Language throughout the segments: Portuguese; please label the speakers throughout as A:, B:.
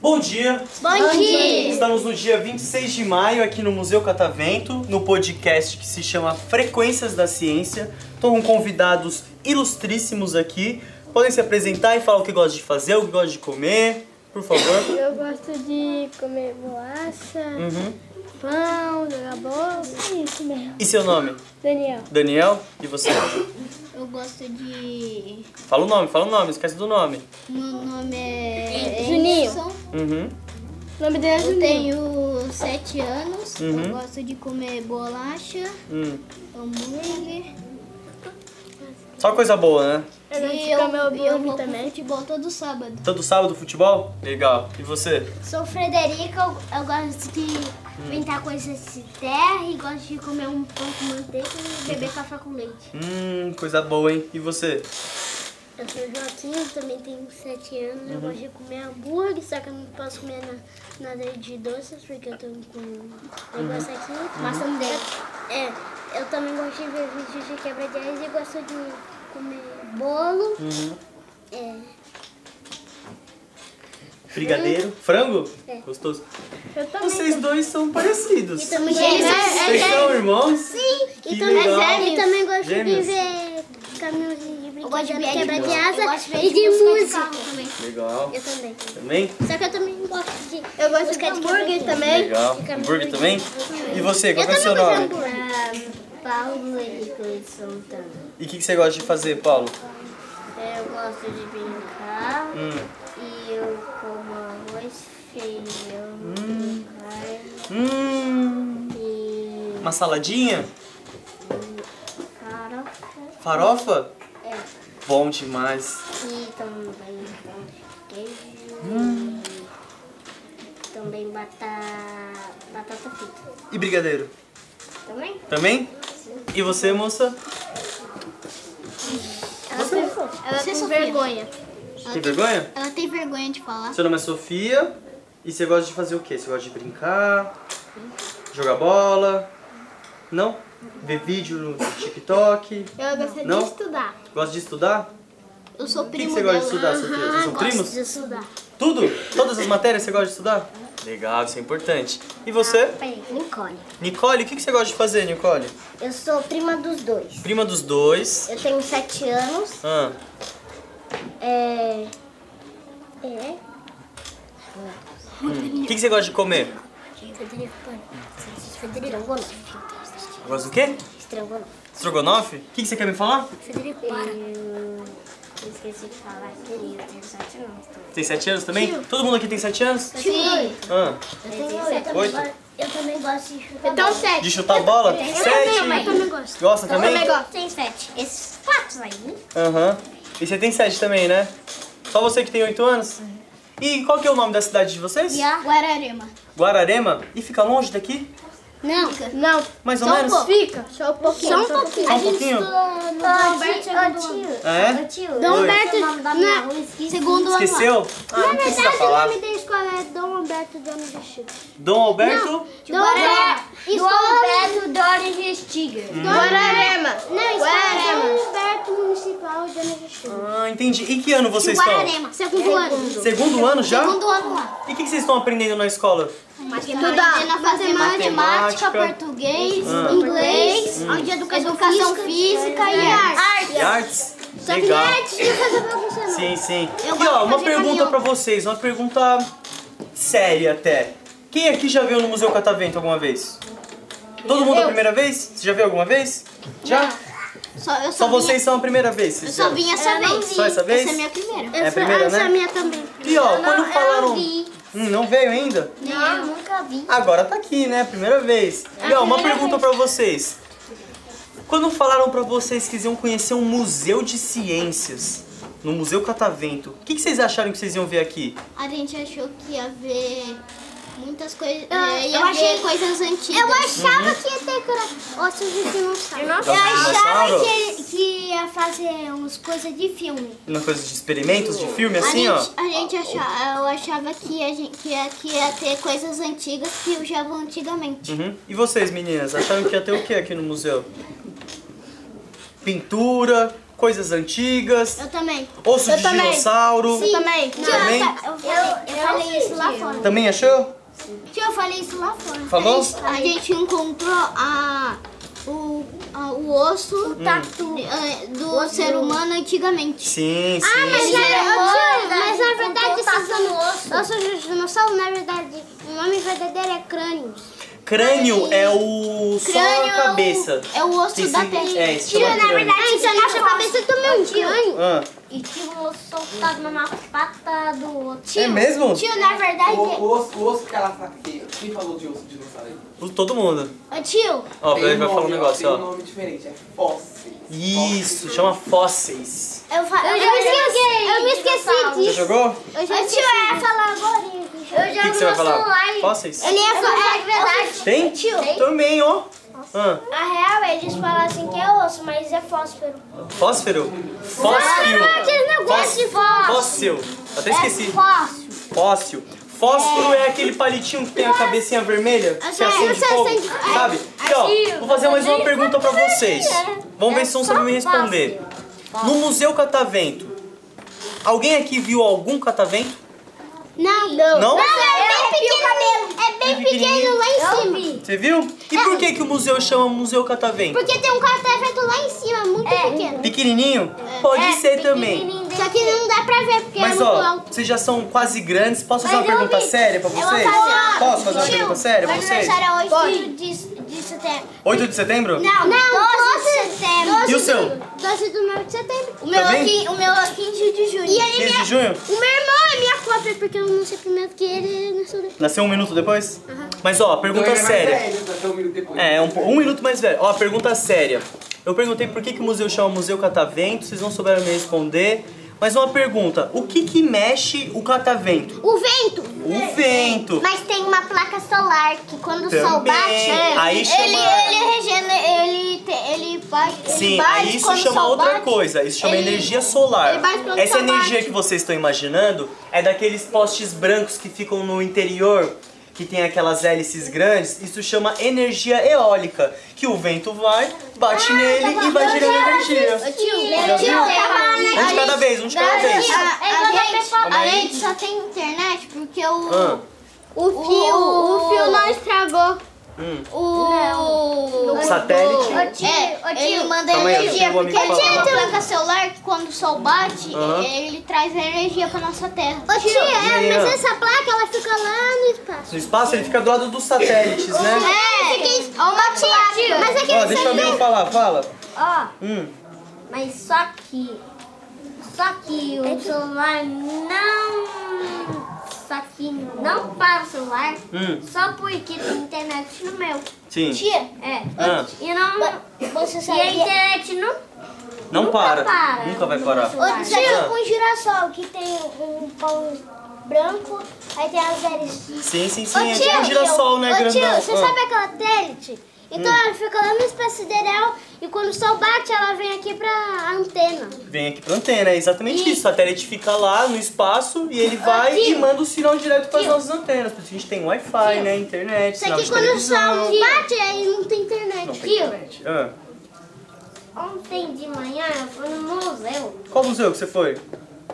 A: Bom dia!
B: Bom dia!
A: Estamos no dia 26 de maio aqui no Museu Catavento, no podcast que se chama Frequências da Ciência. Estou com convidados ilustríssimos aqui. Podem se apresentar e falar o que gostam de fazer, o que gostam de comer, por favor.
B: Eu gosto de comer bolacha, pão, jogar bola, é isso mesmo.
A: E seu nome?
B: Daniel.
A: Daniel? E você?
B: Eu gosto de...
A: Fala o nome, fala o nome, esquece do nome.
B: Meu nome é... Juninho.
A: Uhum.
B: O nome dele é Juninho. Eu tenho 7 anos,
A: Uhum.
B: eu gosto de comer bolacha,
A: Hum.
B: hambúrguer.
A: Só coisa boa, né?
B: Eu gosto de comer hambúrguer também. futebol todo sábado.
A: Todo sábado, futebol? Legal. E você?
B: Sou Frederica, eu, eu gosto de inventar coisas de terra e gosto de comer um pão com manteiga e beber café com leite.
A: Hum, coisa boa, hein? E você?
B: Eu sou Joaquim, eu também tenho 7 anos. Eu gosto de comer hambúrguer, só que eu não posso comer na- nada de doces, porque eu tô com um negócio aqui. Maçã uhum. É, eu também gosto de ver vídeos de quebra de ais e gosto de comer bolo. É.
A: Brigadeiro? Frango?
B: É.
A: Gostoso.
B: Eu também.
A: Vocês dois são parecidos.
B: também gosto
A: Vocês são irmãos?
B: Sim,
A: Que legal.
B: eu também é gosto
A: Gêmeos.
B: de ver caminhões de brinquedo de
A: ver
B: quebra de
A: de-
B: asa e de música.
A: Legal.
B: Eu também.
A: Também?
B: Só que eu também gosto de.
C: Eu gosto de hambúrguer também.
A: Legal. Hambúrguer também? E você, qual que é o seu nome?
B: Paulo e Cleiton também.
A: E o que, que você gosta de fazer, Paulo?
B: Eu gosto de brincar
A: Hum.
B: e eu como arroz, feijão, carne
A: Hum.
B: e
A: Uma saladinha?
B: farofa.
A: Farofa?
B: É,
A: Bom demais.
B: e também pão de queijo. e Também batata, batata frita. Tá
A: E brigadeiro?
B: Também?
A: Também? E você, moça?
B: Ela tem, ela tem vergonha.
A: Tem vergonha?
B: Ela tem vergonha de falar.
A: Seu nome é Sofia. E você gosta de fazer o quê? Você gosta de brincar? Jogar bola? Não? Ver vídeo no TikTok?
B: Eu gosto
A: Não?
B: de estudar.
A: Gosta de estudar?
B: Eu sou
A: O que, que
B: primo
A: você
B: dela.
A: gosta de estudar, Sofia? Vocês são primos?
B: de estudar.
A: Tudo? Todas as matérias você gosta de estudar? Legal, isso é importante. E você?
B: Peraí, Nicole.
A: Nicole, o que que você gosta de fazer, Nicole?
B: Eu sou prima dos dois.
A: Prima dos dois.
B: Eu tenho sete anos.
A: Ah,
B: É. É.
A: O que que você gosta de comer?
B: Frederico Pano. Frederico Estrogonofe.
A: Gosta do quê?
B: Estrogonofe.
A: Estrogonofe? O que que você quer me falar?
B: Frederico Eu esqueci de falar que eu tenho sete anos. Então,
A: Tem sete anos também? Todo mundo aqui tem sete anos?
B: Sim.
A: Ah,
B: Eu tenho oito.
A: Oito?
B: Eu também gosto de chutar. Então sete.
A: de chutar bola?
B: mãe.
A: Sete?
B: também gosto.
A: Gosta também?
B: Tem sete. Esses quatro aí.
A: Aham. E você tem sete também, né? Só você que tem oito anos? E qual que é o nome da cidade de vocês?
B: a Guararema.
A: Guararema? E fica longe daqui?
B: Não.
C: Não,
A: Mais ou
B: Só um
A: menos?
B: pouco.
C: fica, só um pouquinho.
B: Só um pouquinho.
A: Só um pouquinho?
C: um
A: Ah, é?
B: Dom
A: Oi.
B: Humberto, na- segundo ano.
A: Esqueceu? Ah, não precisa falar.
B: da escola é Dom Humberto Dono de Chico.
A: Dom Alberto?
B: Dom
C: um
B: Humberto Dono de
C: Guararema.
B: Não, escola
C: Guararema.
B: Dom Humberto Municipal Dono de Chico.
A: Ah, entendi. E que ano vocês estão?
B: Segundo é ano.
A: Segundo ano já?
B: Segundo ano lá.
A: E o que, que vocês estão aprendendo na escola?
B: Estudar. Fazer matemática,
A: Matemática,
B: português,
A: ah.
B: inglês,
D: Hum.
B: educação, física e arte.
A: E artes?
B: Só que não
A: É. Legal.
B: é arte de fazer profissional.
A: Sim, sim.
B: Eu
A: E
B: gosto
A: ó,
B: de
A: uma
B: fazer
A: pergunta
B: caminhão.
A: pra vocês, uma pergunta séria até. Quem aqui já veio no Museu Catavento alguma vez? Todo mundo a primeira vez? Você já viu alguma vez? Já?
B: Só, eu
A: Só
B: vim-
A: vocês são a primeira vez. vocês
B: Eu só
A: vieram.
B: vim essa vez.
A: Só essa vez?
B: Essa é a minha primeira.
A: É a primeira, né?
B: minha também.
A: E ó,
B: Eu
A: quando
B: não- Eu
A: falaram.
B: não vi.
A: Hum, não veio ainda?
B: Não, eu nunca vi.
A: Agora tá aqui, né? Primeira vez.
B: É
A: E ó, uma pergunta pra vocês. Quando falaram pra vocês que iam conhecer um museu de ciências no Museu Catavento, o que, que vocês acharam que vocês iam ver aqui?
B: A gente achou que ia ver
D: Muitas coisas.
C: Eu-
D: é, ia
C: eu achei-
D: ver coisas antigas.
C: Eu achava
A: Uhum.
C: que ia ter cura. Ossos de dinossauro. Eu achava
A: Dinossauro?
C: que, ele- que ia fazer umas coisas de filme.
A: Uma coisa de experimentos, de filme,
D: a
A: assim,
D: gente,
A: ó.
D: a gente achava, eu achava que, a gente, que, ia, que ia ter coisas antigas que usavam antigamente.
A: Uhum. E vocês, meninas, acharam que ia ter o que aqui no museu? Pintura, coisas antigas,
D: Eu também.
A: osso
D: eu
A: de
D: também.
A: dinossauro.
D: Sim. Também.
A: Também?
C: Eu, falei, eu falei isso lá fora.
A: Também achou?
C: Tio, eu falei isso lá fora.
A: Falou?
C: A gente-
D: A gente encontrou a, o, a- o osso
C: tatu.
D: de- ah, do ser humano antigamente.
A: Sim, sim.
C: Mas, na-
D: Sim.
C: tio, mas na verdade,
D: Tá
C: esses osso. ossos de dinossauro, na verdade, o nome verdadeiro é crânios.
A: Crânio é o só
D: Crânio é
A: a
D: o-
A: cabeça.
D: é o osso
A: Tem
D: da
A: sim-
D: perna.
A: É, isso
C: Tio,
A: chama
C: na
A: crânio.
C: verdade,
D: Então, nossa cabeça
C: também é um crânio.
A: Ah,
C: E tinha um osso soltado na pata do outro.
A: é mesmo?
D: Tio, na verdade.
E: O, o osso, o osso que ela fala que Quem falou de osso de dinossauro aí?
A: Todo mundo.
D: Ô, eh, tio,
A: Ó,
E: Tem
A: ele vai
E: nome,
A: falar um
E: ó,
A: negócio,
E: Tem um
A: ó.
E: nome diferente, é fóssil.
A: Isso, chama fósseis.
D: eu, fa-
C: Eu
D: eu,
C: já
D: me esqueci.
C: joguei.
D: Eu me esqueci
A: Já
D: disso.
A: jogou?
D: Eu já
C: O tio
D: é
C: ia falar agora. Eu
A: O que, que você vai falar?
C: Online.
A: Fósseis?
D: Ele ia falar.
C: É verdade.
A: Tem?
C: Tio.
A: Também, ó. Ah,
C: A real, eles falam assim que é osso, mas é fósforo.
A: fósfero? Fósfil.
C: negócio de fósforo.
A: Fóssil. Até esqueci.
C: Fósforo.
A: Fóssil. Fósforo é aquele palitinho que tem a cabecinha vermelha, que
D: sei, eu
A: acende
D: sei,
A: fogo,
D: acende- é.
A: sabe? Então,
C: Aqui,
A: vou fazer mais uma
C: nem
A: pergunta pra
C: fotografia,
A: vocês.
C: né?
A: Vamos ver
C: É
A: se vão
C: só
A: saber me responder. No Museu Catavento, alguém aqui viu algum catavento?
D: Não. Não.
A: Não?
D: é bem pequeno. É
A: Bem
D: bem
A: pequenininho.
D: pequeno lá em cima.
A: Você viu? E por que, que o museu chama Museu Catavento?
D: Porque tem um catavento lá em cima, é muito pequeno.
A: Pequenininho? Pode
D: é
A: ser também.
C: Pequenininho.
D: Só que não dá pra ver, porque é
A: Mas
D: muito
A: ó,
D: alto.
A: vocês já são quase grandes. Posso fazer
D: Mas
A: uma
D: eu
A: pergunta
D: vi.
A: séria pra
D: vou
A: vocês?
D: fazer.
A: Posso fazer uma
D: Tio,
A: pergunta séria pra
D: meu
A: vocês?
D: aniversário é hoje.
C: Pode. Disso, disso até.
A: 8 de setembro?
D: Não, não 12 de setembro.
A: E o seu?
D: 12 do 9 de setembro.
C: O meu,
A: Tá
C: é
A: bem?
C: quin- o meu é 15 de junho.
D: E ele é
A: 15 de junho?
D: O meu irmão é minha cópia, porque eu não sei primeiro que ele, ele nasceu depois.
A: Nasceu um minuto depois? Mas ó, pergunta
E: Então ele é mais
A: séria.
E: velho, até um minuto depois.
A: É, um, po- um minuto mais velho. Ó, pergunta séria. Eu perguntei por que, que o museu chama Museu Catavento, vocês não souberam me responder. Mas uma pergunta, o que que mexe o catavento?
D: O vento.
A: O vento.
D: Mas tem uma placa solar que quando o sol
A: Também. É,
D: bate,
A: Aí
D: ele,
A: chama-
D: ele regenera, ele, te- ele bate, ele
A: Sim,
D: bate
A: aí isso
D: quando o
A: chama
D: sol
A: outra
D: bate.
A: coisa, isso chama
D: ele-
A: energia solar.
D: ele bate quando
A: Essa
D: o sol
A: energia
D: bate.
A: que vocês estão imaginando é daqueles postes brancos que ficam no interior, que tem aquelas hélices grandes, isso chama energia eólica, que o vento vai, bate
D: Ah,
A: nele
D: tá
A: e vai gerando energia.
D: Ô, Tio,
A: Já
D: tio,
A: viu?
D: eu tava
A: Um de cada vez, um de cada vez.
D: A, a
C: Ele vai
D: gente,
C: pegar
D: a gente só tem internet porque o,
A: Ah,
D: o, fio, o fio não estragou.
A: hum.
D: O
A: O satélite?
D: O tio,
C: É,
D: o tio, ele manda
A: Calma aí, eu um
D: energia
A: chego a me
D: porque ele tem uma
A: falar.
D: placa solar que quando o sol bate,
A: Aham.
D: ele traz energia pra nossa terra.
C: Ô, tio, é,
A: Menina.
C: mas essa placa ela fica lá no espaço.
A: No espaço ele fica do lado dos satélites, né?
D: É, é uma placa. Mas é que
A: Ó, deixa eu amigo falar, fala.
C: Ó,
A: Hum,
C: mas só que. Só que
D: É
C: o celular não. Só que não para o celular.
A: hum,
C: Só porque tem internet no meu.
A: sim.
C: Tia? É.
A: Ah.
C: E não.
D: você é
C: E a internet não
A: Não para.
C: para.
A: Nunca vai parar.
C: Ô,
A: tio, Ah.
C: um girassol que tem um pão branco, aí tem as hélices.
A: Sim, sim,
C: Ô,
A: sim. É tipo um girassol, né,
C: ô, tio,
A: grandão?
C: você
A: Ah.
C: sabe aquela satélite? Então
A: Hum.
C: ela fica lá no espaço sideral e quando o sol bate, ela vem aqui pra antena.
A: Vem aqui pra antena, é exatamente isso. O satélite fica lá no espaço e ele vai e manda o sinal direto pras nossas antenas. Por isso a gente tem Wi-Fi, né? Internet,
C: Isso
A: sinal
C: aqui
A: de
C: quando o sol
A: televisão.
C: bate, aí não tem internet.
A: Não tem
C: Tio,
A: internet. Ah,
C: ontem de manhã eu fui no museu.
A: Qual museu que você foi?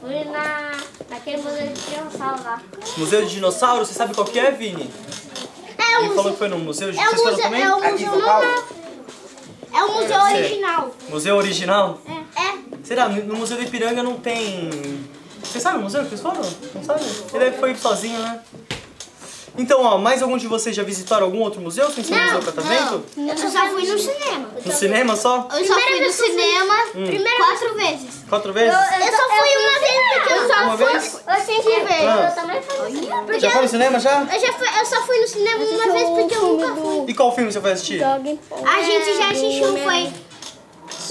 C: Fui na, naquele museu de dinossauro lá.
A: Museu de dinossauro? Você sabe qual que é, Vini?
C: É
A: Ele falou que foi no museu de
C: É o
A: Vocês foram
C: museu-
A: também?
C: é o-
E: Aqui em São Paulo?
C: É
D: um
C: o museu
A: Sim.
C: original.
A: Museu original?
C: É.
A: Será? No no Museu do Ipiranga não tem. Você sabe o museu que vocês foram? Não sabe? Ele deve foi sozinho, né? Então, ó, mais algum de vocês já visitaram algum outro museu sem ser o Museu Catavento?
D: Eu só fui no cinema.
A: No cinema só?
D: Eu só fui no
C: vez que eu fui-
D: cinema quatro vezes.
A: Quatro vezes?
D: Eu só fui uma vez. Eu só
A: Uma
D: fui.
A: vez?
C: Eu senti ver.
A: Ah.
C: Eu também falei isso.
D: Porque
A: Já foi no cinema já?
D: eu, já fui, eu só fui no cinema uma vez porque eu nunca fui. É,
A: E qual filme você vai assistir?
D: A gente já assistiu, foi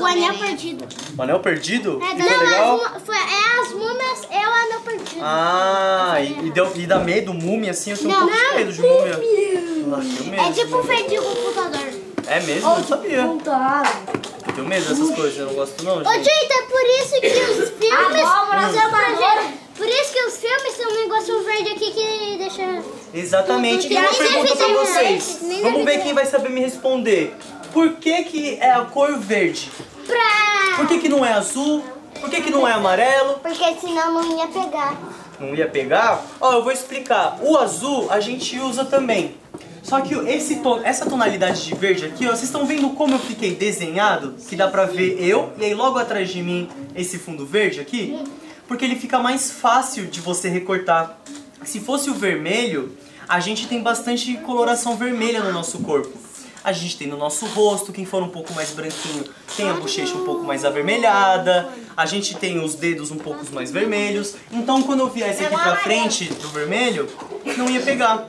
D: O anel perdido.
A: O anel perdido?
D: É,
A: E
D: não,
A: foi tá legal?
D: as, mu- foi, é as múmias e o anel perdido.
A: Ah, e, e deu, e dá medo, múmia, assim? Eu tenho um pouco de medo de múmia. Ah, eu tenho medo.
D: é tipo perdi o computador.
A: É mesmo? Eu não
C: Ah,
A: sabia.
C: um
A: Eu tenho medo dessas coisas, eu não gosto não,
D: Ô,
A: gente.
D: gente, é por isso que os filmes
C: Abóbora,
D: são pra
C: cenoura.
D: gente- Por isso que os filmes são um negócio verde aqui que deixa...
A: Exatamente. E
D: Nem
A: uma
D: deve
A: pergunta
D: ter
A: pra
D: mais,
A: vocês.
D: nem
A: Vamos
D: deve
A: ver quem vai saber me responder. Por que que é a cor verde?
D: Pra...
A: Por que que não é azul? Por que que não é amarelo?
D: Porque senão não ia pegar.
A: Não ia pegar? Ó, eu vou explicar. O azul a gente usa também. Só que esse tom, essa tonalidade de verde aqui, ó, vocês estão vendo como eu fiquei desenhado? Que dá pra ver eu e aí logo atrás de mim esse fundo verde aqui? Porque ele fica mais fácil de você recortar. Se fosse o vermelho, a gente tem bastante coloração vermelha no nosso corpo. A gente tem no nosso rosto, quem for um pouco mais branquinho tem a bochecha um pouco mais avermelhada, a gente tem os dedos um pouco mais vermelhos. Então quando eu viesse aqui pra frente do vermelho, não ia pegar.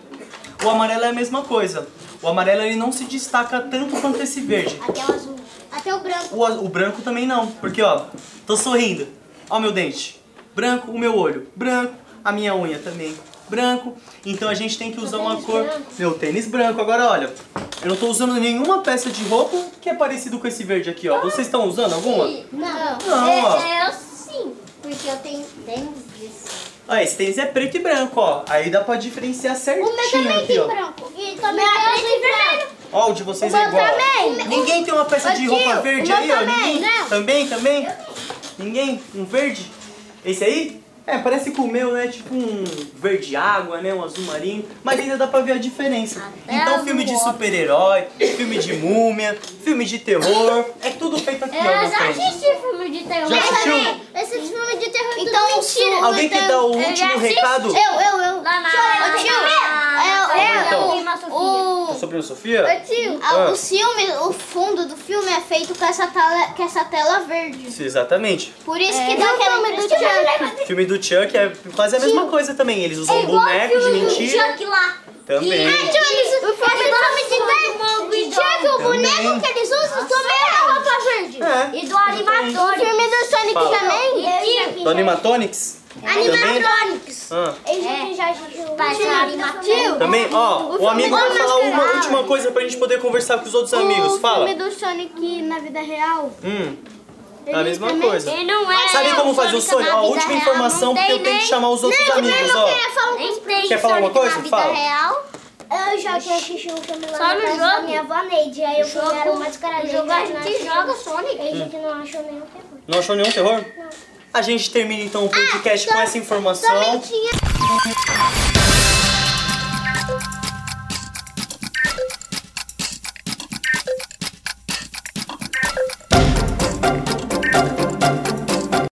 A: O amarelo é a mesma coisa. O amarelo ele não se destaca tanto quanto esse verde.
D: Até o azul. Até o branco.
A: O, a- o branco também não, porque ó, tô sorrindo. Ó meu dente, branco, o meu olho, branco, a minha unha também, branco. Então a gente tem que usar uma cor. Meu tênis branco, agora olha. Eu não tô usando nenhuma peça de roupa que é parecido com esse verde aqui,
D: Ah,
A: ó. Vocês estão usando alguma?
D: Não.
A: Não, ó.
D: É,
C: Eu, eu sim, porque eu tenho dentes.
A: Ó, esse tênis é preto e branco, ó. Aí dá pra diferenciar certinho
D: O meu também
A: aqui,
D: tem
A: ó.
D: branco. E também tem azul e vermelho.
A: Ó, o de vocês
D: O
A: é
D: meu
A: igual. ó.
D: também.
A: Ninguém tem uma peça
D: Ô,
A: de roupa
D: tio,
A: verde
D: o meu
A: aí, ó.
D: também,
A: Ninguém?
D: não.
A: Também, também? Ninguém? Um verde? Esse aí? É, parece que o meu é tipo um verde água, né? Um azul marinho. Mas ainda dá pra ver a diferença. então, filme de super-herói, filme de múmia, filme de terror. É tudo feito aqui, ó. na
C: Eu já
A: frente.
C: assisti filme de terror.
A: Já assistiu?
D: Esse filme de terror é
C: Então,
D: tudo mentira.
A: Alguém quer dar o último recado?
D: Eu, eu, eu.
C: Lá na-
D: Ô, tio,
C: na-
A: na-
D: eu,
C: na- na-
D: eu. O...
A: Sobre o Sofia?
D: Tio,
A: Ah.
D: o filme, o fundo do filme é feito com essa tela, com essa tela verde.
A: Sim, exatamente.
D: Por
C: É.
D: isso que dá aquela impressão.
A: Filme do Chuck é quase a mesma coisa também. Eles usam
C: É igual
A: boneco de
C: filme do
A: mentira.
C: Chuck lá.
A: Também.
D: Ah, tio, eles, o filme do filme de Chuck, o boneco que eles usam também é roupa verde.
A: É.
C: E do animador.
D: O filme do Sonic
A: Fala.
D: também?
A: Do Animatronics? Também?
D: Animatronics.
A: Ah.
C: É. Vai ser animativo.
D: Tio,
A: Também, ó, o, amigo vai falar uma última coisa pra gente poder conversar com os outros amigos. Fala.
D: do Sonic na vida real.
A: Hum. É a mesma coisa.
C: Ele não é.
A: Sabe
D: um
A: como fazer o sonho? Ó, última informação, porque eu tenho que chamar os outros amigos, ó.
C: É, Nem tem.
A: Quer falar alguma coisa? Fala.
D: real?
B: Eu já assisti um filme lá
C: Só
B: na
C: no
B: casa
C: jogo?
B: da minha avó Neide. Aí eu
C: Jogo-
B: fui era umas caras
C: jogo a gente joga né, Sonic.
B: A gente não achou nenhum terror.
A: Não achou nenhum terror? A gente termina então o podcast com essa informação.
D: Também tinha.